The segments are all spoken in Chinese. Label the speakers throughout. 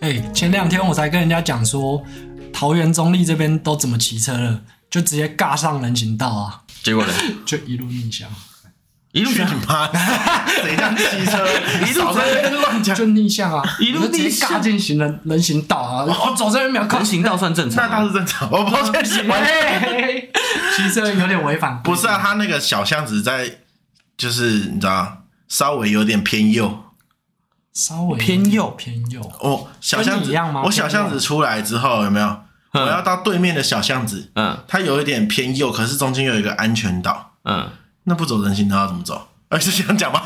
Speaker 1: 哎、前两天我才跟人家讲说，桃园中立这边都怎么骑车了，就直接尬上人行道啊，
Speaker 2: 结 果呢，
Speaker 1: 就一路逆向，
Speaker 2: 一路
Speaker 3: 去你妈！ 谁这样骑车？
Speaker 2: 一路
Speaker 3: 少在那边乱讲。
Speaker 1: 就逆向啊，
Speaker 2: 一路
Speaker 1: 我就直接
Speaker 2: 逆向
Speaker 1: 尬进行人人行道啊，我走这边秒靠
Speaker 2: 人，行道算正
Speaker 3: 那
Speaker 2: 常啊
Speaker 3: 倒
Speaker 2: 吗，
Speaker 3: 是正常，我抱歉，
Speaker 1: 哎哎哎骑车有点违反，
Speaker 3: 不是啊，，他那个小巷子在，就是你知道，稍微有点偏右。
Speaker 1: 稍微
Speaker 2: 偏右
Speaker 1: 偏右，
Speaker 3: 哦，小巷
Speaker 1: 跟你
Speaker 3: 子
Speaker 1: 一样吗
Speaker 3: 我小巷子出来之后有没有？我
Speaker 2: 嗯
Speaker 3: 要到对面的小巷子，
Speaker 2: 嗯
Speaker 3: 它有一点偏右，可是中间有一个安全岛，
Speaker 2: 嗯，
Speaker 3: 那不走人行道要怎么走？哎，是这样讲吗？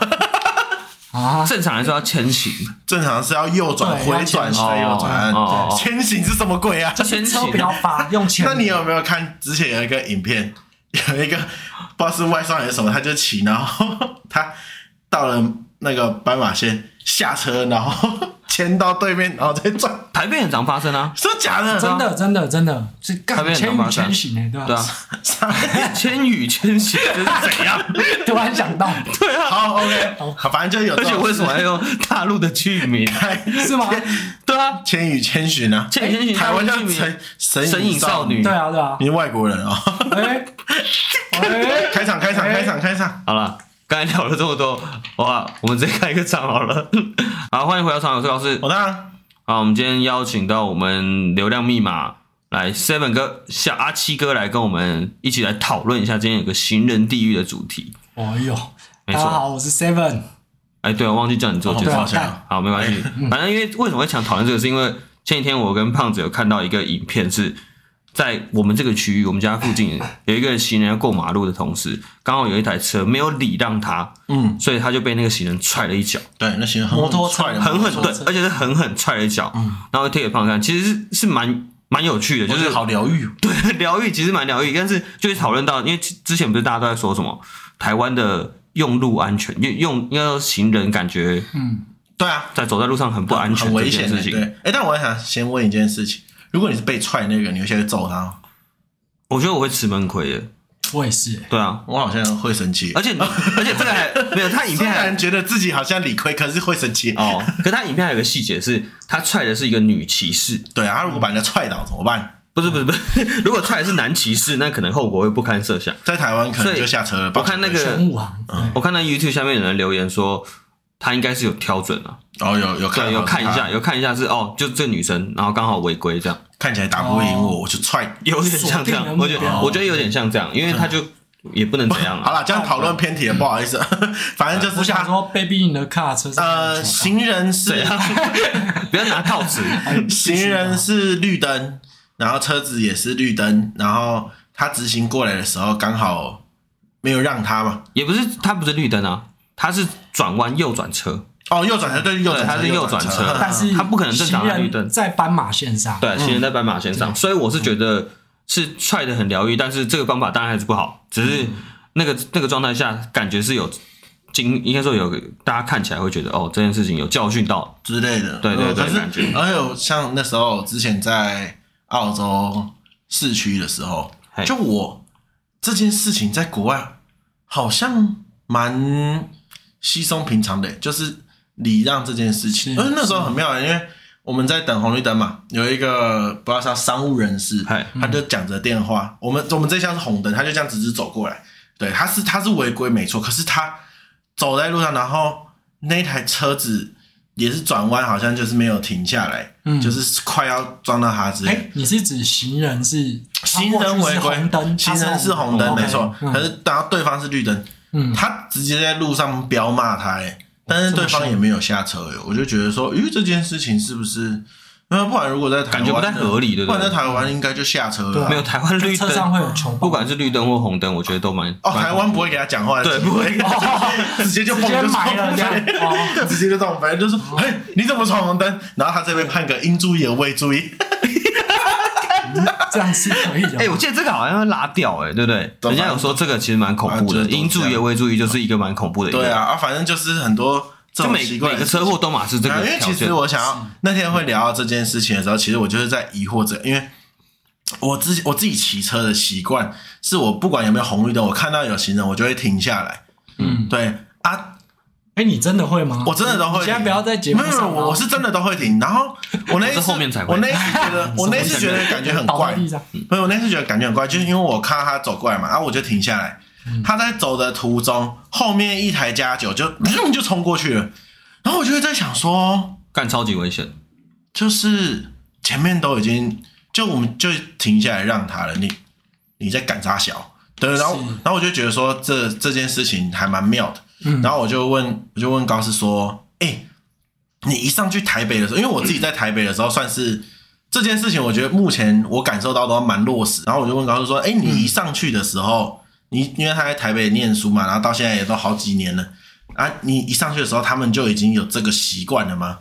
Speaker 1: 啊，
Speaker 2: 正常来说要前 行，
Speaker 3: 正常是要右转
Speaker 1: 对
Speaker 3: 回转，
Speaker 1: 要前
Speaker 3: 再右转。
Speaker 2: 哦哦哦
Speaker 3: 前行是什么鬼啊？
Speaker 2: 前
Speaker 1: 车
Speaker 2: 行
Speaker 1: 不要发，用 钱。
Speaker 3: 那你有没有看之前有一个影片，有一个 不知道是外送还是什么，他就骑，然后他到了那个斑马线下车，然后牵到对面，然后再转，
Speaker 2: 台北很常发生啊，
Speaker 3: 真的假的？
Speaker 1: 真的真的真的是
Speaker 2: 他
Speaker 1: 干
Speaker 2: 变成
Speaker 1: 千
Speaker 2: 马
Speaker 1: 与
Speaker 2: 上
Speaker 1: 千寻哎，对吧？
Speaker 2: 对啊，千与千寻这是怎 样？啊
Speaker 1: 突然想到，
Speaker 2: 对啊，
Speaker 3: 好，OK，好，反正就有这
Speaker 2: 而
Speaker 3: 种
Speaker 2: 且
Speaker 3: 事。
Speaker 2: 为什么要用大陆的剧 名？
Speaker 1: 是吗？
Speaker 2: 对啊，
Speaker 3: 千与千寻啊？
Speaker 2: 千与千寻
Speaker 3: 台湾叫
Speaker 2: 大陆剧名
Speaker 3: 神神
Speaker 2: 神隐
Speaker 3: 少
Speaker 2: 少女
Speaker 1: 对啊对啊，
Speaker 3: 你是外国人哦。
Speaker 1: 哎哎，
Speaker 3: 开场，开场，
Speaker 1: 哎
Speaker 3: 开场，开场。
Speaker 2: 好了，刚才聊了这么多，哇，我们直接开一个场好了。 好，欢迎回到场，我是老师。
Speaker 3: 我当然
Speaker 2: 好，我们今天邀请到我们流量密码来 Seven 哥、小阿七哥来跟我们一起来讨论一下今天有个行人地狱的主题。
Speaker 1: 哎呦，大
Speaker 2: 没错
Speaker 1: 家好，我是 Seven，
Speaker 2: 哎，对，我忘记叫你做介
Speaker 3: 我
Speaker 1: 对
Speaker 2: 绍
Speaker 3: 抱
Speaker 1: 啊。哎
Speaker 3: 歉
Speaker 1: 干
Speaker 3: 啊，
Speaker 2: 好，没关系。 反正因为为什么会想讨论这个，是因为前几天我跟胖子有看到一个影片，是在我们这个区域，我们家附近有一个行人要过马路的同时，刚好有一台车没有礼让他，
Speaker 3: 嗯，
Speaker 2: 所以他就被那个行人踹了一脚，
Speaker 3: 对，那行，很
Speaker 1: 摩托车
Speaker 3: 踹人
Speaker 2: 狠狠
Speaker 1: 嗯哦说
Speaker 2: 对
Speaker 1: 真，的嗯
Speaker 2: 而且是狠狠踹了一脚，然后贴给胖子看，其实是是蛮蛮有趣的，
Speaker 3: 我
Speaker 2: 就
Speaker 3: 觉
Speaker 2: 是
Speaker 3: 得好疗愈哦。
Speaker 2: 对疗愈，其实蛮疗愈，但是就是讨论到，因为之之前不是大家都在说什么台湾的用路安全，用用应该说行人感觉
Speaker 3: 对啊，
Speaker 2: 在走在路上很不安全
Speaker 3: 很
Speaker 2: 这
Speaker 3: 危
Speaker 2: 件
Speaker 3: 险
Speaker 2: 事
Speaker 3: 的。
Speaker 2: 情
Speaker 3: 对，，哎、但我想先问一件事情：如果你是被踹那个，你会先去揍他吗？
Speaker 2: 我觉得我会吃闷亏的，
Speaker 1: 我也是，
Speaker 2: 对 啊，
Speaker 3: 我好像会生气，
Speaker 2: 而且而且这个还没有，他影
Speaker 3: 虽
Speaker 2: 片还
Speaker 3: 然觉得自己好像理亏，可是会生气。
Speaker 2: 哦，可他影片还有个细节是，他踹的是一个女骑士，
Speaker 3: 对啊，他如果把人家踹倒怎么办？
Speaker 2: 不是不是不是， 如果踹的是男骑士，那可能后果会不堪设想。
Speaker 3: 在台湾可
Speaker 2: 所
Speaker 3: 能
Speaker 2: 以
Speaker 3: 就下车了。
Speaker 2: 我看那个
Speaker 1: 玄武行，
Speaker 3: 嗯
Speaker 2: 我看到 YouTube 下面有人留言说，他应该是有挑准了，
Speaker 3: 哦，有有看
Speaker 2: 对，有看一下，
Speaker 3: 啊，
Speaker 2: 有看一下是哦，就这女生，然后刚好违规这样。
Speaker 3: 看起来打不赢
Speaker 2: 哦
Speaker 3: 我，我就踹。
Speaker 2: 有点
Speaker 1: 锁
Speaker 2: 像这
Speaker 1: 定
Speaker 2: 样，
Speaker 1: 人目
Speaker 2: 我
Speaker 1: 标
Speaker 2: 觉得我觉得有点像这样，因为他就也不能怎样啊
Speaker 3: 好
Speaker 2: 了。
Speaker 3: 了，这样讨论偏题了，不好意思。 反正就是
Speaker 1: 我想
Speaker 3: 他
Speaker 1: 说被逼你的卡车上
Speaker 3: 呃，行人是
Speaker 2: 啊不要拿套子，
Speaker 3: 行人是绿灯，然后车子也是绿灯，然后他直行过来的时候刚好没有让他嘛。
Speaker 2: 也不是他不是绿灯啊，他是转弯右转车，
Speaker 3: 哦，右转车对，右
Speaker 2: 对
Speaker 3: 转车
Speaker 2: 他是右转车
Speaker 3: 呵呵
Speaker 1: 但是
Speaker 2: 他不可能正常
Speaker 3: 啊
Speaker 1: 行
Speaker 2: 按绿
Speaker 1: 人
Speaker 2: 灯
Speaker 1: 在斑马线上，
Speaker 2: 对，行人在斑马线上，嗯所以我是觉得是踹的很疗愈，但是这个方法当然还是不好，只是那个那个状态下感觉是有经，应该说有大家看起来会觉得哦这件事情有教训到，
Speaker 3: 之类的。
Speaker 2: 对对
Speaker 3: 嗯
Speaker 2: 对
Speaker 3: 可是
Speaker 2: 感觉
Speaker 3: 而且我像那时候之前在澳洲市区的时候
Speaker 2: 嘿，
Speaker 3: 就我这件事情在国外好像蛮稀松平常的，就是礼让这件事情。
Speaker 2: 嗯
Speaker 1: 是
Speaker 3: 而且那时候很妙，因为我们在等红绿灯嘛，有一个不知道是他商务人士
Speaker 2: 嘿，
Speaker 3: 他就讲着电话。我们我们这项是红灯，他就这样直直走过来。对，他是他是违规没错，可是他走在路上，然后那一台车子也是转弯，好像就是没有停下来，
Speaker 1: 嗯
Speaker 3: 就是快要撞到他之类的。
Speaker 1: 哎，你是指行人是
Speaker 3: 行人违
Speaker 1: 他过去是红
Speaker 3: 规，
Speaker 1: 灯，
Speaker 3: 行人是红灯，
Speaker 1: OK，
Speaker 3: 没错。
Speaker 1: 嗯
Speaker 3: 可是然后对方是绿灯，
Speaker 1: 嗯，
Speaker 3: 他直接在路上彪骂他、欸，但是对方也没有下车、欸，我就觉得说，咦，这件事情是不是？那不然如果在台湾
Speaker 2: 感觉不太合理对不
Speaker 3: 不
Speaker 2: 对
Speaker 3: 然在台湾应该就下车
Speaker 1: 对啊
Speaker 3: 了啊。
Speaker 2: 没有台湾绿
Speaker 1: 车上
Speaker 2: 灯，
Speaker 1: 会有球棒，
Speaker 2: 不管是绿灯或红灯，我觉得都蛮
Speaker 3: 哦，台湾不会给他讲话的，
Speaker 2: 对不会，
Speaker 3: 直接就
Speaker 1: 直
Speaker 3: 蹦
Speaker 1: 接
Speaker 3: 就
Speaker 1: 埋
Speaker 3: 冲
Speaker 1: 了这样，哦，
Speaker 3: 直接就撞，反正就是，嘿，你怎么闯红灯？然后他这边判个应注意而未注意，
Speaker 1: 这样是可以的。
Speaker 2: 哎、我记得这个好像会拉掉、哎，对不对？
Speaker 3: 哦对
Speaker 2: 人家有说这个其实蛮恐怖
Speaker 3: 啊
Speaker 2: 的，
Speaker 3: 就是
Speaker 2: 应注意也未注意，就是一个蛮恐怖的。
Speaker 3: 对啊，，啊，反正就是很多这
Speaker 2: 就
Speaker 3: 种
Speaker 2: 每
Speaker 3: 奇怪
Speaker 2: 每
Speaker 3: 的
Speaker 2: 个车祸都嘛是这
Speaker 3: 然
Speaker 2: 个
Speaker 3: 后因为
Speaker 2: 条
Speaker 3: 其
Speaker 2: 件
Speaker 3: 实。我想要那天会聊到这件事情的时候，其实我就是在疑惑着，因为我自己我自己骑车的习惯是我不管有没有红绿灯，我看到有行人我就会停下来。
Speaker 1: 嗯，
Speaker 3: 对啊，
Speaker 1: 哎，你真的会吗？
Speaker 3: 我真的都会
Speaker 1: 你
Speaker 3: 停。
Speaker 1: 现在不要在节目
Speaker 3: 没有没有，
Speaker 1: 上，啊
Speaker 3: 我我是真的都会停。然后我那一
Speaker 2: 我是
Speaker 3: 次
Speaker 2: 后面才会
Speaker 3: 我那一次觉 得，我那一次觉得感觉很
Speaker 1: 倒
Speaker 3: 怪
Speaker 1: 在，地上，
Speaker 3: 没有，我那次觉得感觉很怪，就是因为我看到他走过来嘛，然、后我就停下来。
Speaker 1: 嗯
Speaker 3: 他在走的途中，后面一台加九就就冲过去了，然后我就会在想说，
Speaker 2: 干超级危险，
Speaker 3: 就是前面都已经就我们就停下来让他了，你你在赶啥小？对，然后
Speaker 1: 是
Speaker 3: 然后我就觉得说这这件事情还蛮妙的，
Speaker 1: 嗯
Speaker 3: 然后我就问我就问高师说，哎、你一上去台北的时候，因为我自己在台北的时候算是。这件事情，我觉得目前我感受到都蛮落实。然后我就问高师说：“哎，你一上去的时候，你因为他在台北念书嘛，然后到现在也都好几年了啊，你一上去的时候，他们就已经有这个习惯了吗？”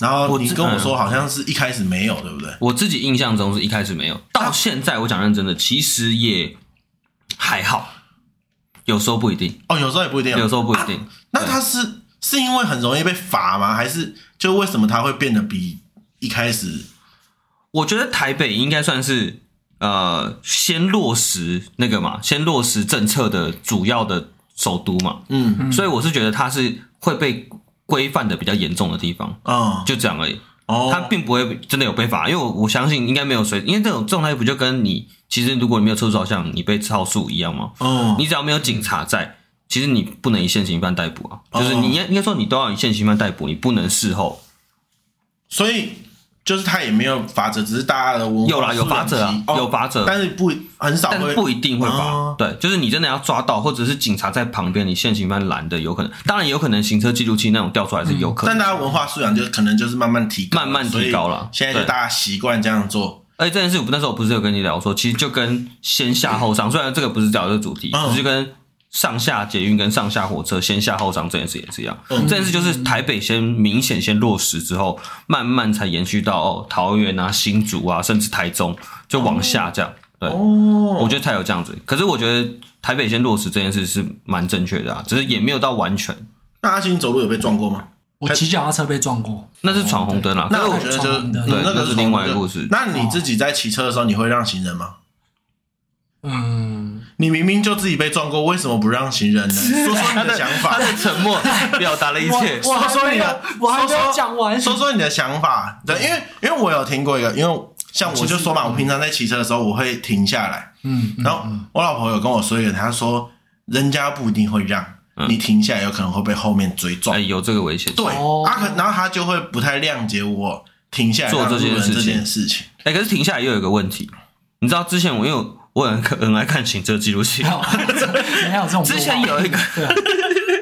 Speaker 3: 然后
Speaker 2: 我
Speaker 3: 你
Speaker 2: 知
Speaker 3: 跟我说
Speaker 2: 嗯
Speaker 3: 好像是一开始没有，对不对？
Speaker 2: 我自己印象中是一开始没有，到现在我讲认真的，其实也还好，有时候不一定，
Speaker 3: 哦，有时候也不一定有。啊
Speaker 2: 有时候不一定。
Speaker 3: 那他是是因为很容易被罚吗？还是就为什么他会变得比一开始
Speaker 2: 我觉得台北应该算是呃先落实那个嘛，先落实政策的主要的首都嘛，
Speaker 3: 嗯
Speaker 2: 所以我是觉得它是会被规范的比较严重的地方，
Speaker 3: 哦
Speaker 2: 就这样而已。
Speaker 3: 哦
Speaker 2: 他并不会真的有被罚，因为我我相信应该没有谁，因为这种状态不就跟你其实如果你没有测速好像你被超速一样吗？
Speaker 3: 哦
Speaker 2: 你只要没有警察在，其实你不能以现行犯逮捕啊，
Speaker 3: 哦
Speaker 2: 就是你应该应该说你都要以现行犯逮捕，你不能事后。
Speaker 3: 所以就是他也没有法则，只是大家的文化
Speaker 2: 有啦，有
Speaker 3: 素养
Speaker 2: 罚则啊
Speaker 3: 及，哦
Speaker 2: 有罚则，
Speaker 3: 但是不很少
Speaker 2: 但
Speaker 3: 会
Speaker 2: 是不一定会罚。
Speaker 3: 哦
Speaker 2: 对，就是你真的要抓到，或者是警察在旁边，你现行犯拦的有可能。当然，有可能行车记录器那种调出来是有可能。
Speaker 3: 但大家文化素养就可能就是慢慢提高，
Speaker 2: 慢慢提高了
Speaker 3: 所以现在就
Speaker 2: 对
Speaker 3: 大家习惯这样做，
Speaker 2: 而哎且这件事，我那时候不是有跟你聊说，其实就跟先下后上，虽然这个不是聊这个主题，
Speaker 3: 嗯
Speaker 2: 只是跟上下捷运跟上下火车先下后上这件事也是一样。
Speaker 3: 嗯
Speaker 2: 这件事就是台北先明显先落实之后，慢慢才延续到哦桃园啊、新竹啊，甚至台中，就往下这样。对，
Speaker 3: 哦
Speaker 2: 我觉得才有这样子。可是我觉得台北先落实这件事是蛮正确的啊，只是也没有到完全，
Speaker 3: 那阿星走路有被撞过吗？
Speaker 1: 我骑脚踏车被撞过，
Speaker 2: 那是闯红灯啦。
Speaker 3: 那
Speaker 2: 可
Speaker 3: 我
Speaker 2: 是
Speaker 3: 觉得就是
Speaker 1: 对
Speaker 3: 嗯那个
Speaker 2: 那是另外一个故
Speaker 3: 是
Speaker 2: 事
Speaker 3: 从那你自己在骑车的时候，你会让行人吗？
Speaker 1: 嗯，
Speaker 3: 你明明就自己被撞过，为什么不让行人呢？说说你的想法
Speaker 2: 他，的 沉默表达了一切。
Speaker 1: 我还
Speaker 3: 说说
Speaker 1: 没
Speaker 3: 你
Speaker 1: 有
Speaker 3: 的，
Speaker 1: 嗯我还没
Speaker 3: 说
Speaker 1: 有
Speaker 3: 说
Speaker 1: 讲完，
Speaker 3: 说说你的想法。对，因为因为我有听过一个，因为像我就说嘛，我平常在骑车的时候，我会停下来，
Speaker 1: 嗯，嗯
Speaker 3: 然后我老婆有跟我说一个，她说人家不一定会让你停下来，有可能会被后面追撞
Speaker 2: 嗯哎，。有这个危险。
Speaker 3: 对，
Speaker 1: 哦
Speaker 3: 啊，可然后她就会不太谅解我停下来
Speaker 2: 做
Speaker 3: 让
Speaker 2: 这
Speaker 3: 路
Speaker 2: 件
Speaker 3: 人
Speaker 2: 事
Speaker 3: 这
Speaker 2: 情
Speaker 3: 件事情。
Speaker 2: 哎，可是停下来又有一个问题，你知道之前我因为我很很爱看行车记录器
Speaker 1: 没，有 没有这种
Speaker 2: 之前有一个
Speaker 1: 哦对啊，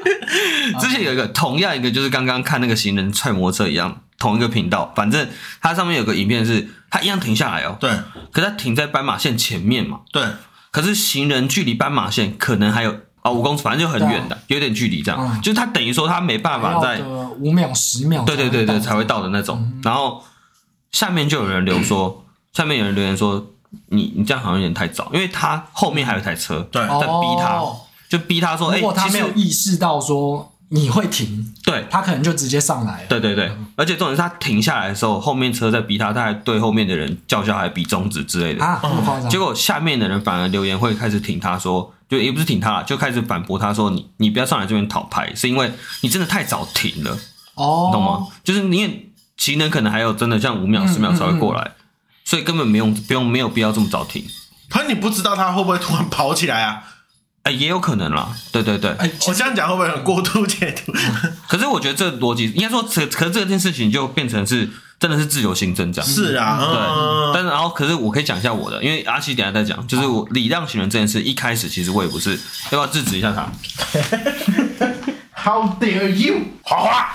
Speaker 2: 之前有一个同样一个，就是刚刚看那个行人踹摩托车一样，同一个频道，反正它上面有个影片是，它一样停下来哦，
Speaker 3: 对
Speaker 2: 可它停在斑马线前面嘛，
Speaker 3: 对，
Speaker 2: 可是行人距离斑马线可能还有哦五公尺，反正就很远的，有点距离这样，
Speaker 1: 啊嗯
Speaker 2: 就是他等于说他没办法
Speaker 1: 要
Speaker 2: 在，
Speaker 1: 个五秒十秒，
Speaker 2: 对对对对才会到的那种。
Speaker 1: 嗯
Speaker 2: 然后下面就有人留 说，下面有人留言说，你你这样好像有点太早，因为他后面还有一台车，
Speaker 3: 对
Speaker 2: 在逼他，
Speaker 1: 哦
Speaker 2: 就逼他说，哎、
Speaker 1: 如果他
Speaker 2: 其
Speaker 1: 没有
Speaker 2: 实
Speaker 1: 意识到说你会停，
Speaker 2: 对。
Speaker 1: 他可能就直接上来了。
Speaker 2: 对对对，
Speaker 1: 嗯
Speaker 2: 而且重点是他停下来的时候，后面车在逼他，他还对后面的人叫嚣，还比中指之类的。
Speaker 1: 啊，这么夸张？
Speaker 2: 嗯结果下面的人反而留言会开始挺他说，就也不是挺他啦，就开始反驳他说你你不要上来这边讨牌，是因为你真的太早停了，
Speaker 1: 哦，
Speaker 2: 你懂吗？？就是你也行人可能还有真的像五秒十秒才会过
Speaker 1: 嗯
Speaker 2: 来，所以根本没用不用没有必要这么早停。
Speaker 3: 可是你不知道他会不会突然跑起来啊？
Speaker 2: 哎、也有可能啦，对对对。
Speaker 1: 哎，
Speaker 3: 我这样讲会不会很过度解读？
Speaker 2: 嗯可是我觉得这逻辑应该说，可可是这件事情就变成是真的是自由行政这样。
Speaker 3: 是啊，
Speaker 2: 对，
Speaker 3: 嗯，
Speaker 2: 但是然后可是我可以讲一下我的，因为阿西等一下再讲，就是我礼让行人这件事，一开始其实我也不是，要不要制止一下他？
Speaker 3: How dare you，华华？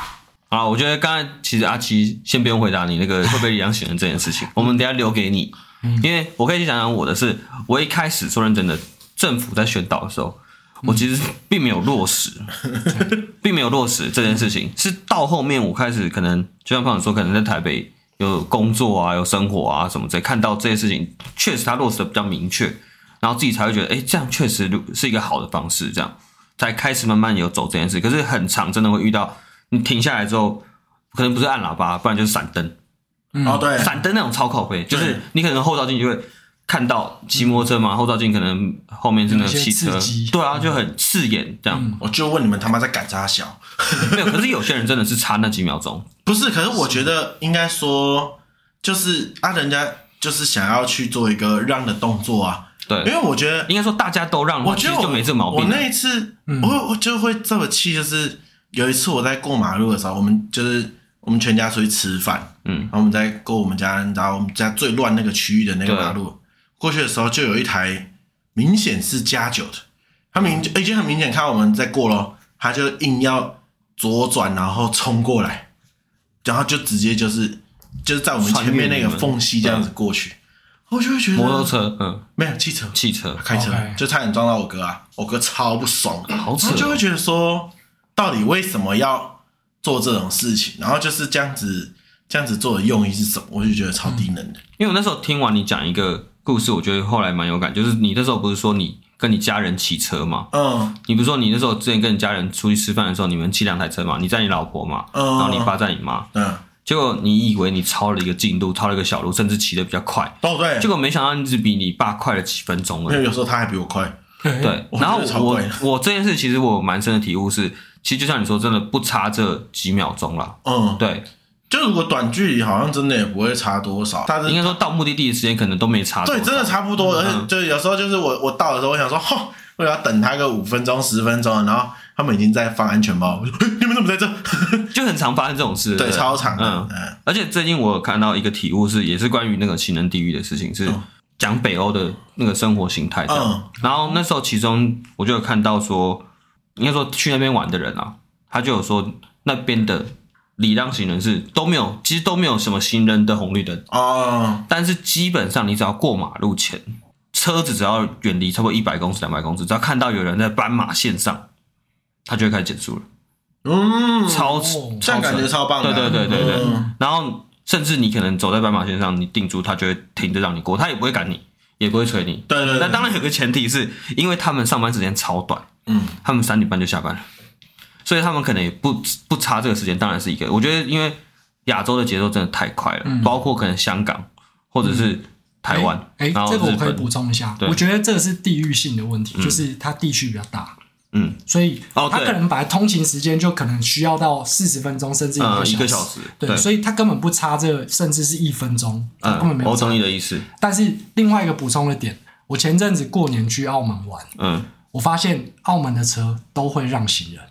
Speaker 2: 啊，我觉得刚才其实阿七先不用回答你那个会不会领养行人这件事 情，我们等一下留给你，
Speaker 3: 嗯
Speaker 2: 因为我可以讲讲我的是，我一开始说认真的，政府在宣导的时候，我其实并没有落实，并没有落实这件事情，是到后面我开始可能就像胖子说，可能在台北有工作啊，有生活啊什么之类，看到这些事情确实他落实的比较明确，然后自己才会觉得，哎，这样确实是一个好的方式，这样才开始慢慢有走这件事。可是很长，真的会遇到你停下来之后，可能不是按喇叭，不然就是闪灯，
Speaker 1: 嗯
Speaker 3: 哦，对，
Speaker 2: 闪灯那种超靠背，就是你可能后照镜就会看到骑摩托车嘛，后照镜可能后面是那个
Speaker 1: 有一些
Speaker 2: 汽车
Speaker 1: 刺激，嗯
Speaker 2: 对啊，就很刺眼这样。
Speaker 3: 我就问你们他妈在赶啥小？
Speaker 2: 没有，可是有些人真的是差那几秒钟，
Speaker 3: 不是，可是我觉得应该说，就是啊，人家就是想要去做一个让的动作啊，
Speaker 2: 对，
Speaker 3: 因为我觉得，
Speaker 2: 应该说大家都让的话，
Speaker 3: 我觉得
Speaker 2: 其
Speaker 3: 我
Speaker 2: 实就没这毛
Speaker 3: 我
Speaker 2: 病啊了。
Speaker 3: 那一次，我我就会这么气，就是有一次我在过马路的时候，我们就是我们全家出去吃饭，
Speaker 2: 嗯
Speaker 3: 然后我们在过我们家，然后我们家最乱那个区域的那个
Speaker 2: 对
Speaker 3: 马路过去的时候，就有一台明显是加九的，他明
Speaker 2: 嗯
Speaker 3: 已经很明显看到我们在过咯，他就硬要左转，然后冲过来，然后就直接就是就是在我们
Speaker 2: 穿越
Speaker 3: 前面那个
Speaker 2: 你们
Speaker 3: 缝隙这样子过去，我就会觉得
Speaker 2: 摩托车，嗯，
Speaker 3: 没有汽车，
Speaker 2: 汽车，
Speaker 3: 开车
Speaker 1: OK
Speaker 3: 就差点撞到我哥啊，我哥超不爽，
Speaker 2: 好扯
Speaker 3: 他就会
Speaker 2: 哦。
Speaker 3: 觉得说，到底为什么要做这种事情？然后就是这样子，这样子做的用意是什么？我就觉得超低能的。
Speaker 2: 因为我那时候听完你讲一个故事，我觉得后来蛮有感，就是你那时候不是说你跟你家人骑车嘛？
Speaker 3: 嗯，
Speaker 2: 你不是说你那时候之前跟你家人出去吃饭的时候，你们骑两台车嘛？你载你老婆嘛，
Speaker 3: 嗯
Speaker 2: 然后你爸载你妈，
Speaker 3: 嗯，
Speaker 2: 结果你以为你超了一个进度，超了一个小路，甚至骑得比较快，
Speaker 3: 哦对
Speaker 2: 结，果没想到你只比你爸快了几分钟
Speaker 3: 因
Speaker 2: 而已。
Speaker 3: 为有时候他还比我快。
Speaker 1: 对
Speaker 2: 对，
Speaker 3: 哎我
Speaker 2: 然后
Speaker 3: 觉得超
Speaker 2: 我
Speaker 3: 怪的
Speaker 2: 我这件事其实我有蛮深的体悟是，其实就像你说，真的不差这几秒钟啦。
Speaker 3: 嗯，
Speaker 2: 对，
Speaker 3: 就如果短距离，好像真的也不会差多少。但
Speaker 2: 应
Speaker 3: 是
Speaker 2: 该说到目的地的时间可能都没差多
Speaker 3: 呃
Speaker 2: 少。
Speaker 3: 对，
Speaker 2: 嗯
Speaker 3: 真的差不多。而且就有时候就是我我到的时候，我想说，吼，我要等他个五分钟十分钟，然后他们已经在放安全帽，我说 嘿你们怎么在这？
Speaker 2: 就很常发生这种事。
Speaker 3: 对，
Speaker 2: 不
Speaker 3: 超长的。
Speaker 2: 嗯，
Speaker 3: 嗯，
Speaker 2: 而且最近我有看到一个体悟是，也是关于那个情人地狱的事情，是
Speaker 3: 嗯
Speaker 2: 讲北欧的那个生活形态这样。
Speaker 3: 嗯
Speaker 2: 然后那时候其中我就有看到说，应该说去那边玩的人啊，他就有说那边的礼让行人是都没有，其实都没有什么行人的红绿灯，
Speaker 3: 哦，
Speaker 2: 但是基本上你只要过马路前，车子只要远离差不多一百公尺、两百公尺，只要看到有人在斑马线上，他就会开始减速了。
Speaker 3: 嗯，
Speaker 2: 超
Speaker 1: 哦
Speaker 3: 这样感觉超棒的啊。
Speaker 2: 对对对对对。
Speaker 3: 嗯
Speaker 2: 然后甚至你可能走在斑马线上，你定住，他就会停着让你过，他也不会赶你，也不会催你。
Speaker 3: 对对，
Speaker 2: 那
Speaker 3: 对
Speaker 2: 当然有个前提是，因为他们上班时间超短，
Speaker 3: 嗯，
Speaker 2: 他们三点半就下班了，所以他们可能也不不差这个时间，当然是一个。我觉得因为亚洲的节奏真的太快了，
Speaker 1: 嗯
Speaker 2: 包括可能香港或者是台湾，
Speaker 1: 哎，
Speaker 2: 然
Speaker 1: 嗯
Speaker 2: 后
Speaker 1: 这个
Speaker 2: 日
Speaker 1: 我可以
Speaker 2: 本，
Speaker 1: 补充一下，
Speaker 2: 对
Speaker 1: 我觉得这个是地域性的问题，就是它地区比较大，
Speaker 2: 嗯，
Speaker 1: 所以
Speaker 2: 哦
Speaker 1: 它
Speaker 2: 对
Speaker 1: 可能本来通勤时间就可能需要到四十分钟，甚至
Speaker 2: 呃，一
Speaker 1: 一
Speaker 2: 个
Speaker 1: 个
Speaker 2: 小
Speaker 1: 小时。，
Speaker 2: 时对
Speaker 1: 对，，所以它根本不差这，甚至是一分钟，它根本
Speaker 2: 嗯
Speaker 1: 没，有
Speaker 2: 我
Speaker 1: 差
Speaker 2: 懂。你的意思，
Speaker 1: 但是另外一个补充的点，我前阵子过年去澳门玩，
Speaker 2: 嗯，
Speaker 1: 我发现澳门的车都会让行人，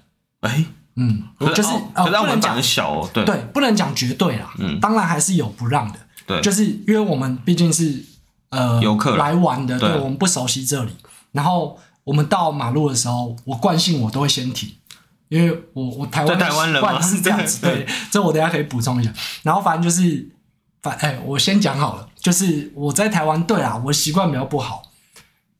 Speaker 2: 哎，
Speaker 1: 嗯，
Speaker 2: 可
Speaker 1: 就是是
Speaker 2: 澳
Speaker 1: 呃
Speaker 2: 可是澳
Speaker 1: 不
Speaker 2: 门
Speaker 1: 能
Speaker 2: 反
Speaker 1: 讲
Speaker 2: 而小哦，对
Speaker 1: 对，不能讲绝对啦，
Speaker 2: 嗯
Speaker 1: 当然还是有不让的，
Speaker 2: 对，
Speaker 1: 就是因为我们毕竟是呃
Speaker 2: 游客啦
Speaker 1: 来玩的，
Speaker 2: 对
Speaker 1: 对我们不熟悉这里。然后我们到马路的时候，我惯性我都会先停，因为我我台湾
Speaker 2: 在台湾人
Speaker 1: 习
Speaker 2: 吗
Speaker 1: 惯是这样子，
Speaker 2: 对
Speaker 1: 对，这我等一下可以补充一下。然后反正就是反哎、我先讲好了，就是我在台湾，对啊，我习惯比较不好，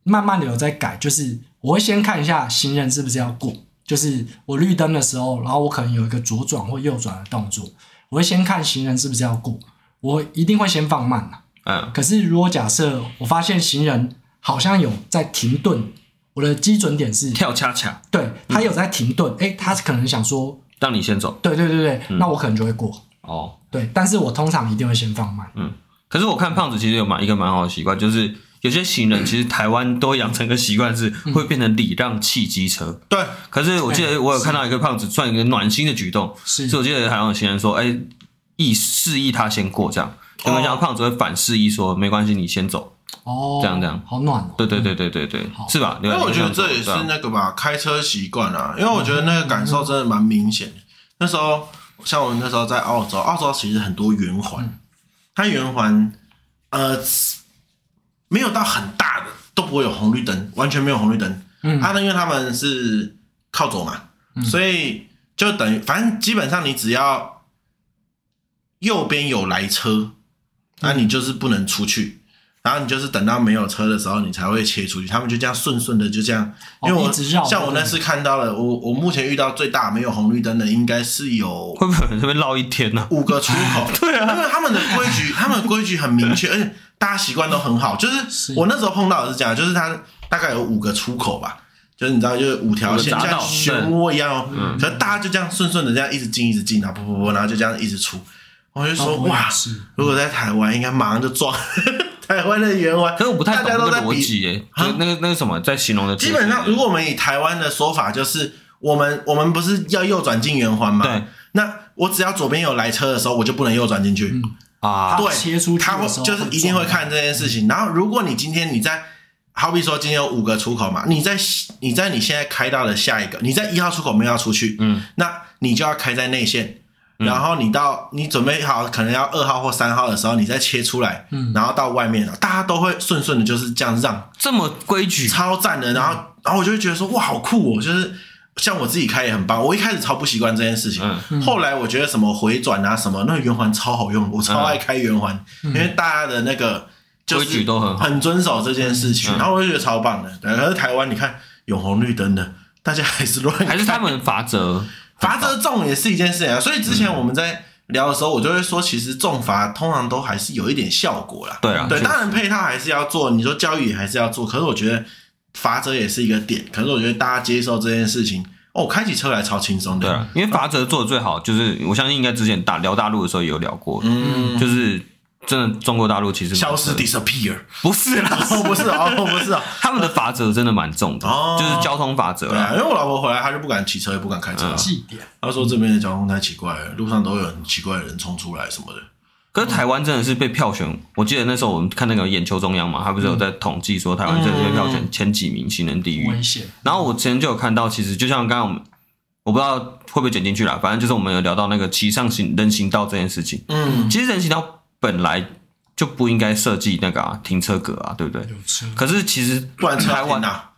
Speaker 1: 慢慢的有在改，就是我会先看一下行人是不是要过，就是我绿灯的时候，然后我可能有一个左转或右转的动作，我会先看行人是不是要过，我一定会先放慢啦
Speaker 2: 嗯，
Speaker 1: 可是如果假设我发现行人好像有在停顿，我的基准点是，
Speaker 2: 跳恰恰，
Speaker 1: 对他有在停
Speaker 2: 嗯
Speaker 1: 顿，诶，他可能想说，
Speaker 2: 让你先走
Speaker 1: 对对对对，
Speaker 2: 嗯
Speaker 1: 那我可能就会过，
Speaker 2: 哦。
Speaker 1: 对，但是我通常一定会先放慢，
Speaker 2: 嗯可是我看胖子其实有蛮一个蛮好的习惯，就是有些行 人其实台湾都养成个习惯是会变成礼让汽机车。
Speaker 3: 嗯对，嗯
Speaker 2: 可是我记得我有看到一个胖子算一个暖心的举动，
Speaker 1: 是
Speaker 2: 是我记得台湾有行人说，哎、意示意他先过这样，就没想到胖子会反示意说没关系，你先走。
Speaker 1: 哦，
Speaker 2: 这样这样
Speaker 1: 好暖哦，
Speaker 2: 对对对对对对，是吧？因
Speaker 3: 因为我觉得这也是那个吧，开车习惯啊。因为我觉得那个感受真的蛮明显的。那时候，像我们那时候在澳洲，澳洲其实很多圆环，它圆环呃没有到很大的，都不会有红绿灯，完全没有红绿灯。
Speaker 1: 嗯
Speaker 3: 它呢，因为他们是靠左嘛，所以就等于反正基本上你只要右边有来
Speaker 1: 嗯
Speaker 3: 车，那你就是不能出去。然后你就是等到没有车的时候，你才会切出去。他们就这样顺顺的就这样，
Speaker 1: 哦
Speaker 3: 因为我
Speaker 1: 一直绕
Speaker 3: 像我那次看到了，我我目前遇到最大没有红绿灯的，应该是有
Speaker 2: 会不会这边绕一天呢、
Speaker 3: 五个出口。对啊，因为他们的规矩，他们的规矩很明确，而且大家习惯都很好。就是
Speaker 1: 是
Speaker 3: 我那时候碰到的是这样，就是它大概有五个出口吧，就是你知道，就是五条线
Speaker 2: 五个匝道
Speaker 3: 像漩涡一样哦。可是大家就这样顺顺的这样一直进，一直进，然后噗噗噗，然后就这样一直出。我就
Speaker 1: 然后
Speaker 3: 说
Speaker 1: 我也
Speaker 3: 哇，
Speaker 1: 是
Speaker 3: 如果在台湾，应该马上就撞。 台湾的圆环，
Speaker 2: 可是我不太懂
Speaker 3: 大家
Speaker 2: 那
Speaker 3: 都
Speaker 2: 个
Speaker 3: 在
Speaker 2: 逻
Speaker 3: 比
Speaker 2: 辑诶，
Speaker 3: 啊
Speaker 2: 就那个那个什么在形容的特
Speaker 3: 基
Speaker 2: 性。
Speaker 3: 本上，如果我们以台湾的说法，就是我们我们不是要右转进圆环吗？
Speaker 2: 对。
Speaker 3: 那我只要左边有来车的时候，我就不能右转进去。
Speaker 2: 啊，
Speaker 3: 对，
Speaker 1: 切出去
Speaker 3: 他会
Speaker 1: 的时候
Speaker 3: 就是一定会看这件事情。然后，如果你今天你在，好比说今天有五个出口嘛，你在你在你现在开到的下一个，你在一号出口没有要出去，
Speaker 2: 嗯，
Speaker 3: 那你就要开在内线。
Speaker 1: 嗯
Speaker 3: 然后你到你准备好可能要二号或三号的时候，你再切出来，
Speaker 1: 嗯
Speaker 3: 然后到外面，大家都会顺顺的，就是这样让
Speaker 2: 这么规矩，
Speaker 3: 超赞的。然后，
Speaker 2: 嗯
Speaker 3: 然后我就会觉得说，哇，好酷哦！就是像我自己开也很棒。我一开始超不习惯这件事情，
Speaker 2: 嗯
Speaker 3: 后来我觉得什么回转啊什么，那圆环超好用，我超
Speaker 2: 嗯
Speaker 3: 爱开圆环，因为大家的那个就是
Speaker 2: 规矩都很好
Speaker 3: 很遵守这件事情，
Speaker 2: 嗯
Speaker 3: 然后我就觉得超棒的。对可是台湾，你看有红绿灯的，大家还是乱开，
Speaker 2: 还是他们罚则
Speaker 3: 罚则重也是一件事情啊。所以之前
Speaker 2: 嗯
Speaker 3: 我们在聊的时候，我就会说，其实重罚通常都还是有一点效果啦。
Speaker 2: 对啊，
Speaker 3: 对，
Speaker 2: 就
Speaker 3: 当然配套还是要做，你说教育也还是要做，可是我觉得罚则也是一个点，可是我觉得大家接受这件事情，哦，开起车来超轻松的，
Speaker 2: 对啊，因为罚则做的最好，就是我相信应该之前大聊大陆的时候也有聊过，
Speaker 3: 嗯，
Speaker 2: 就是真的中国大陆其实
Speaker 3: 消失
Speaker 2: 的
Speaker 3: disappear，
Speaker 2: 不是啦，
Speaker 3: 哦，不是哦，哦不 是哦，
Speaker 2: 他们的法则真的蛮重的，
Speaker 3: 哦
Speaker 2: 就是交通法则
Speaker 3: 对
Speaker 2: 啦。
Speaker 3: 啊，因为我老婆回来，她就不敢骑车，也不敢开车啊，
Speaker 2: 嗯
Speaker 1: 祭点，
Speaker 3: 她说这边的交通太奇怪了，路上都有很奇怪的人冲出来什么的，
Speaker 2: 可是台湾真的是被票选，我记得那时候我们看那个眼球中央嘛，他不
Speaker 3: 嗯
Speaker 2: 是有在统计说台湾真的是被票选前几名行人地狱。
Speaker 1: 危险，
Speaker 2: 然后我之前就有看到，其实就像刚刚我们，我不知道会不会剪进去啦，反正就是我们有聊到那个骑上行人行道这件事情。
Speaker 3: 嗯，
Speaker 2: 其实人行道本来就不应该设计那个啊停车格啊，对不对？
Speaker 1: 有车，
Speaker 2: 可是其实
Speaker 3: 不然车
Speaker 2: 台湾
Speaker 3: 停，哪？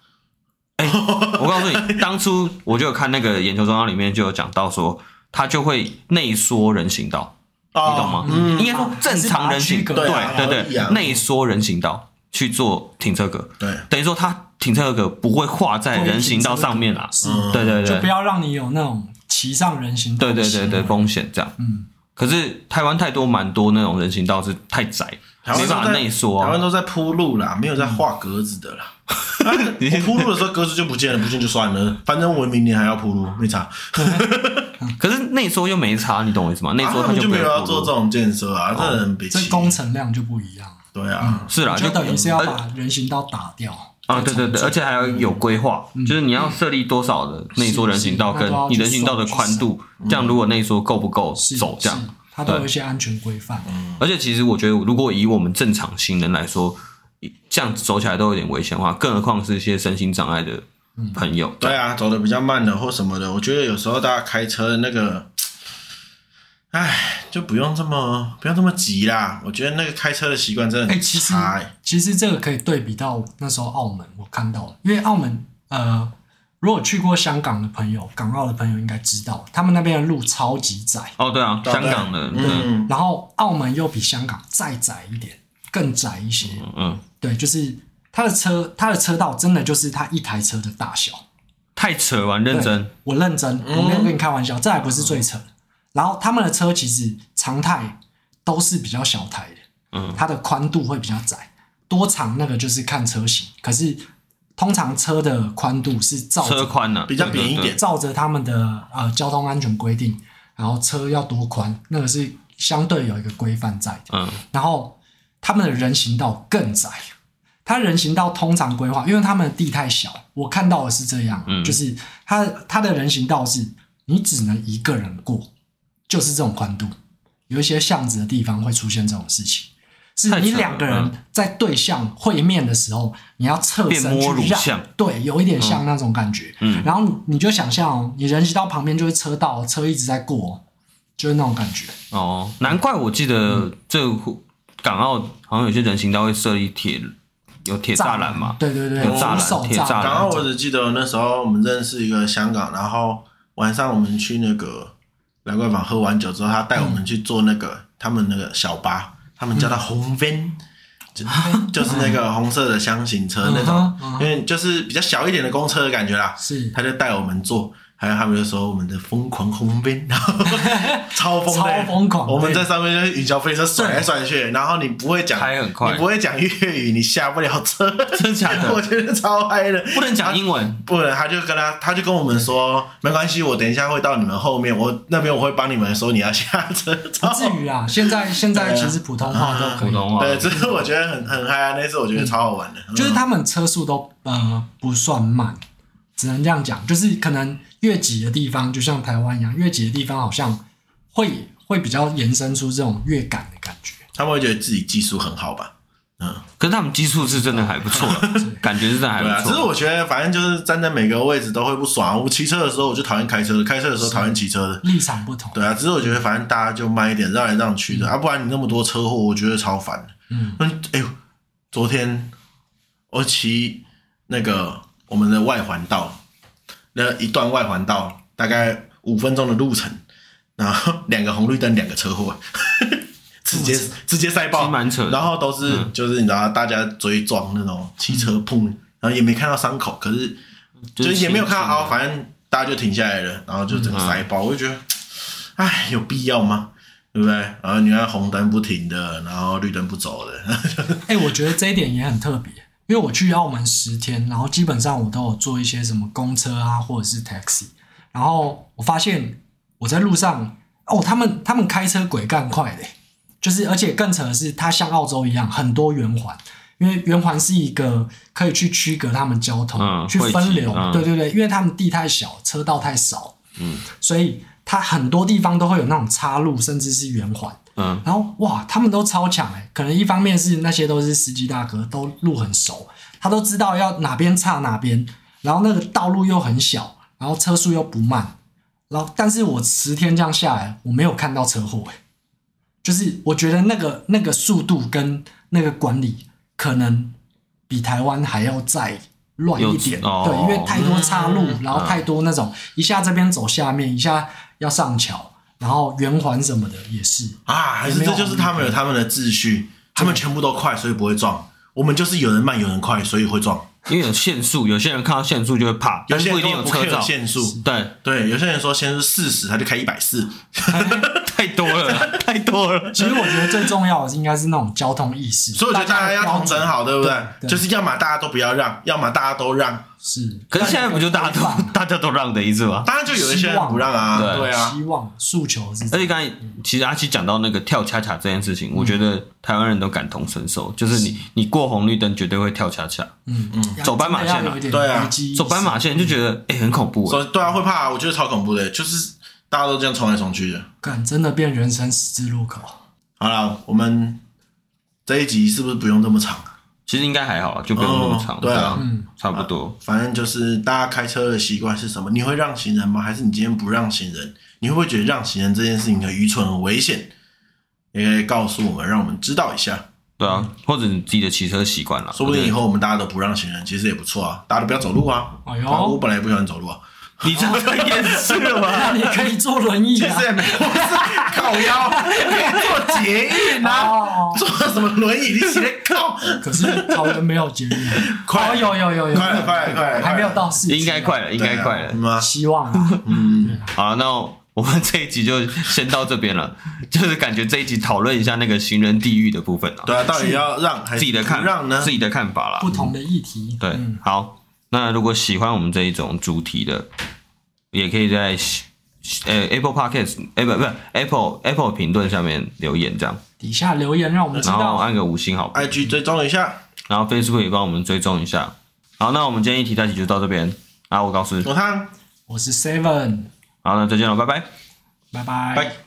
Speaker 2: 我告诉你，当初我就有看那个眼球中央里面就有讲到说，它就会内缩人行道。
Speaker 3: 哦
Speaker 2: 你懂吗？
Speaker 3: 嗯，
Speaker 2: 应该说正常人
Speaker 1: 还
Speaker 2: 行，
Speaker 1: 是把它区隔
Speaker 2: 对
Speaker 3: 啊
Speaker 2: 对
Speaker 3: 合理啊
Speaker 2: 对，内缩人行道去做停车格，
Speaker 3: 对，
Speaker 2: 等于说它停车格不会画在人行道上面啦。
Speaker 1: 是
Speaker 3: 嗯
Speaker 2: 对对
Speaker 1: 就不
Speaker 2: 对，
Speaker 1: 要让你有那种骑上人行道
Speaker 2: 对
Speaker 1: 的
Speaker 2: 对
Speaker 1: 行
Speaker 2: 对
Speaker 1: 为
Speaker 2: 对，风险这样。
Speaker 1: 嗯，
Speaker 2: 可是台湾太多蛮多那种人行道是太窄，
Speaker 3: 台湾
Speaker 2: 没
Speaker 3: 都
Speaker 2: 办法
Speaker 3: 在
Speaker 2: 内缩
Speaker 3: 台湾
Speaker 2: 啊。
Speaker 3: 都在铺路啦，没有在画格 子的啦。我铺路的时候格子就不见了，不见就算了，反正我明年还要铺路，没差。
Speaker 2: 可是内缩又没差，你懂我意思吗？内
Speaker 3: 啊
Speaker 2: 缩
Speaker 3: 他
Speaker 2: 它
Speaker 3: 们就
Speaker 2: 不
Speaker 3: 没
Speaker 2: 会
Speaker 3: 有要做
Speaker 2: 过
Speaker 3: 这
Speaker 2: 路
Speaker 3: 种建设啊，这很悲
Speaker 1: 哦这
Speaker 3: 戚。
Speaker 1: 工程嗯量就不一样，
Speaker 3: 对啊，
Speaker 2: 是啦，
Speaker 1: 就等于是要
Speaker 2: 呃
Speaker 1: 把人行道打掉
Speaker 2: 啊，对对对，而且还要有规划，就是你要设立多少的内缩人行
Speaker 1: 嗯
Speaker 2: 道，
Speaker 1: 是是
Speaker 2: 跟
Speaker 1: 那都要
Speaker 2: 你
Speaker 1: 去
Speaker 2: 人行道的
Speaker 1: 算去嗯
Speaker 2: 宽度，这样如果内缩够不够
Speaker 1: 是
Speaker 2: 走这样。，
Speaker 1: 是它都有
Speaker 2: 对
Speaker 1: 一些安全规范，
Speaker 2: 而且其实我觉得，如果以我们正常行人来说，一这样子走起来都有点危险的话，更何况是一些身心障碍的
Speaker 1: 嗯
Speaker 2: 朋友。
Speaker 3: 对啊，走的比较慢的或什么的，我觉得有时候大家开车那个，唉，就不用这么不用这么急啦。我觉得那个开车的习惯真的
Speaker 1: 哎、
Speaker 3: 很
Speaker 1: 其实
Speaker 3: 差、欸。
Speaker 1: 其实这个可以对比到那时候澳门，我看到了，因为澳门呃，如果去过香港的朋友、港澳的朋友应该知道，他们那边的路超级窄，
Speaker 2: 哦，对啊，
Speaker 3: 对啊
Speaker 2: 香港的，嗯
Speaker 3: 嗯，
Speaker 1: 然后澳门又比香港再窄一点，更窄一些。
Speaker 2: 嗯，
Speaker 1: 对，就是它的车，它的车道真的就是它一台车的大小。
Speaker 2: 太扯完，认真
Speaker 1: 对，我认真，
Speaker 2: 嗯
Speaker 1: 我没有跟你开玩笑，这还不是最扯的。然后他们的车其实常态都是比较小台的，
Speaker 2: 嗯，
Speaker 1: 它的宽度会比较窄，多长那个就是看车型，可是通常车的宽度是照
Speaker 2: 车
Speaker 1: 着
Speaker 2: 宽呢、
Speaker 3: 比较扁一点
Speaker 2: 对对对
Speaker 1: 照着他们的呃交通安全规定，然后车要多宽，那个是相对有一个规范在的。
Speaker 2: 嗯，
Speaker 1: 然后他们的人行道更窄。它人行道通常规划，因为他们的地太小，我看到的是这样，啊
Speaker 2: 嗯
Speaker 1: 就是它它的人行道是你只能一个人过，就是这种宽度。有一些巷子的地方会出现这种事情，是
Speaker 2: 太
Speaker 1: 你
Speaker 2: 扯了
Speaker 1: 两个人在对向会面的时候，你要侧
Speaker 2: 嗯变
Speaker 1: 身
Speaker 2: 摸乳
Speaker 1: 去让
Speaker 2: 巷，
Speaker 1: 对，有一点像那种感觉。
Speaker 2: 嗯
Speaker 1: 然后你你就想象哦，你人行道旁边就是车道，车一直在过哦，就是那种感觉。
Speaker 2: 哦，难怪我记得这港澳好像有些人行道会设立铁有铁栅栏嘛，
Speaker 1: 对对对，
Speaker 2: 有栅栏
Speaker 1: 扶手
Speaker 2: 铁栅栏
Speaker 3: 然后我只记得那时候我们认识一个香港，然后晚上我们去那个来怪坊喝完酒之后，他带我们去坐那个、他们那个小巴，他们叫它红 van，、就就是那个红色的箱型车那种，
Speaker 1: 嗯哼嗯哼
Speaker 3: 因为就是比较小一点的公车的感觉啦。
Speaker 1: 是
Speaker 3: 他就带我们坐，还有他们就说我们的疯狂红边，然后超疯的
Speaker 1: 超疯狂
Speaker 3: 我们在上面就是云霄飞车甩来甩去，然后你不会讲，
Speaker 2: 开很快
Speaker 3: 你不会讲粤语，你下不了车，
Speaker 2: 真假的
Speaker 3: 我觉得超嗨的，
Speaker 2: 不能讲英文，
Speaker 3: 不然他就跟他，他就跟我们说，没关系，我等一下会到你们后面，我那边我会帮你们说你要下 车。
Speaker 1: 不至于啊。现在现在其实普通话都可
Speaker 2: 普
Speaker 1: 以，
Speaker 2: 通话
Speaker 3: 对，这是我觉得很很嗨啊，那次我觉得超好玩的。
Speaker 1: 就是他们车速都呃不算慢，只能这样讲。就是可能越挤的地方，就像台湾一样，越挤的地方好像会会比较延伸出这种越感的感觉。
Speaker 3: 他们会觉得自己技术很好吧？
Speaker 2: 可是他们技术是真的还不 错了，感觉是真的还
Speaker 3: 对啊，
Speaker 2: 不
Speaker 3: 只是
Speaker 2: 错。
Speaker 3: 我觉得反正就是站在每个位置都会不爽。啊我骑车的时候我就讨厌开车的，开车的时候讨厌骑车的。
Speaker 1: 立场不同，
Speaker 3: 对啊，只是我觉得反正大家就慢一点，让来让去
Speaker 2: 嗯
Speaker 3: 的，啊，不然你那么多车祸，我觉得超烦的。
Speaker 1: 嗯
Speaker 3: 嗯，哎呦，昨天我骑那个我们的外环道，那一段外环道大概五分钟的路程，然后 两个红绿灯，两个车祸， 直接直接塞爆，
Speaker 2: 其实蛮扯的嗯
Speaker 3: 然后都是、就是你知道大家追撞那种骑车碰，然后也没看到伤口，可是就是啊也没有看到凹，反正大家就停下来了，然后就整个塞爆，我就觉得， 哎，有必要吗？对不对？然后你看红灯不停的，然后绿灯不走的，
Speaker 1: 哎、我觉得这一点也很特别，因为我去澳门十天，然后基本上我都有坐一些什么公车啊，或者是 taxi，然后我发现我在路上，哦，他们他们开车鬼干快的，就是而且更扯的是，它像澳洲一样很多圆环。因为圆环是一个可以去区隔他们交通、
Speaker 2: 嗯
Speaker 1: 去分流，
Speaker 2: 汇集嗯
Speaker 1: 对对对，因为他们地太小，车道太少，嗯，所以它很多地方都会有那种岔路，甚至是圆环。
Speaker 2: 嗯，
Speaker 1: 然后哇，他们都超强哎、可能一方面是那些都是司机大哥，都路很熟，他都知道要哪边岔哪边，然后那个道路又很小，然后车速又不慢，然后但是我十天这样下来，我没有看到车祸哎、就是我觉得那个那个速度跟那个管理可能比台湾还要再乱一点，
Speaker 2: 有哦嗯
Speaker 1: 对，因为太多岔路，然后太多那种一下这边走下面，一下要上桥，然后圆环什么的也是。
Speaker 3: 啊，还是这就是他们有他们的秩序，他们全部都快，所以不会撞。我们就是有人慢，有人快，所以会撞。
Speaker 2: 因为有限速，有些人看到限速就会怕，
Speaker 3: 有
Speaker 2: 但是
Speaker 3: 些
Speaker 2: 不
Speaker 3: 人
Speaker 2: 一定
Speaker 3: 根本不
Speaker 2: 车
Speaker 3: care
Speaker 2: 照。
Speaker 3: 限速，
Speaker 2: 对，
Speaker 3: 对，有些人说限速四十，他就开一百四，
Speaker 2: 太多了，
Speaker 3: 太多了。
Speaker 1: 其实我觉得最重要的是应该是那种交通意识，
Speaker 3: 所以我觉得大家要
Speaker 1: 标
Speaker 3: 同
Speaker 1: 准
Speaker 3: 整好，对不对？
Speaker 1: 对对
Speaker 3: 就是要么大家都不要让，要么大家都让。
Speaker 1: 是。
Speaker 2: 可是现在不就
Speaker 1: 大
Speaker 2: 大家
Speaker 1: 家
Speaker 2: 都 大家都让的意思吗？
Speaker 3: 当然就有一些人不让啊，
Speaker 2: 希望
Speaker 3: 对啊，
Speaker 1: 希望诉求是
Speaker 2: 而且刚才其实阿七讲到那个跳恰恰这件事情，我觉得台湾人都感同身受，就是你你过红绿灯绝对会跳恰恰，
Speaker 1: 嗯嗯，
Speaker 2: 走斑马线啊
Speaker 1: 真的要有一点
Speaker 3: 对啊
Speaker 1: 危机意识
Speaker 2: 走斑马线就觉得哎、欸很恐怖欸
Speaker 3: 所以对啊会怕啊，我觉得超恐怖的，就是大家都这样冲来冲去的。
Speaker 1: 干真的变人生十字路口。
Speaker 3: 好了，我们这一集是不是不用这么长啊？
Speaker 2: 其实应该还好啊，就不用那么长，
Speaker 3: 哦对啊
Speaker 1: 嗯
Speaker 2: 差不多。
Speaker 3: 反正就是大家开车的习惯是什么？你会让行人吗？还是你今天不让行人？你会不会觉得让行人这件事情很愚蠢、很危险？也可以告诉我们，让我们知道一下。
Speaker 2: 对啊，或者你自己的骑车习惯了，
Speaker 3: 说不定以
Speaker 2: 对
Speaker 3: 后我们大家都不让行人，其实也不错啊。大家都不要走路啊！
Speaker 1: 哎呦
Speaker 3: 啊我本来也不喜欢走路啊，
Speaker 2: 你这个也是
Speaker 1: 那
Speaker 2: 吗？
Speaker 1: 你可以坐轮椅
Speaker 3: 其
Speaker 1: 啊
Speaker 3: 实，也没有，我是靠腰，坐捷运啊，
Speaker 1: 哦，
Speaker 3: 坐什么轮椅？你起来靠！
Speaker 1: 可是桃园没有捷运啊，
Speaker 3: 快
Speaker 1: 哦有有有有，
Speaker 3: 快了快了快了
Speaker 1: 还没有到市区啊，
Speaker 2: 应该快了，应该快
Speaker 3: 对啊
Speaker 2: 了
Speaker 3: 是。吗？
Speaker 1: 希望啊，
Speaker 2: 好，那我们这一集就先到这边了，就是感觉这一集讨论一下那个行人地狱的部分啊，
Speaker 3: 对啊，到底要让还是
Speaker 2: 自己的看
Speaker 3: 不让呢
Speaker 2: 自？己的看法啦。
Speaker 1: 不同的议题，
Speaker 2: 对，
Speaker 1: 嗯
Speaker 2: 好，那如果喜欢我们这一种主题的，也可以在呃 Apple Podcast，哎、不不 Apple Apple 评论下面留言这样，
Speaker 1: 底下留言让我们知
Speaker 2: 然后啊
Speaker 1: 道，哎
Speaker 2: 按个五星好评，
Speaker 3: IG 追踪一下，
Speaker 2: 然后 Facebook 也帮我们追踪一下。好，那我们今天一题大题就到这边，
Speaker 1: 哦
Speaker 2: 啊，我告诉你，
Speaker 3: 我看。
Speaker 1: 我是 Seven，
Speaker 2: 好，那再见了，拜拜。
Speaker 1: 拜拜
Speaker 3: 拜。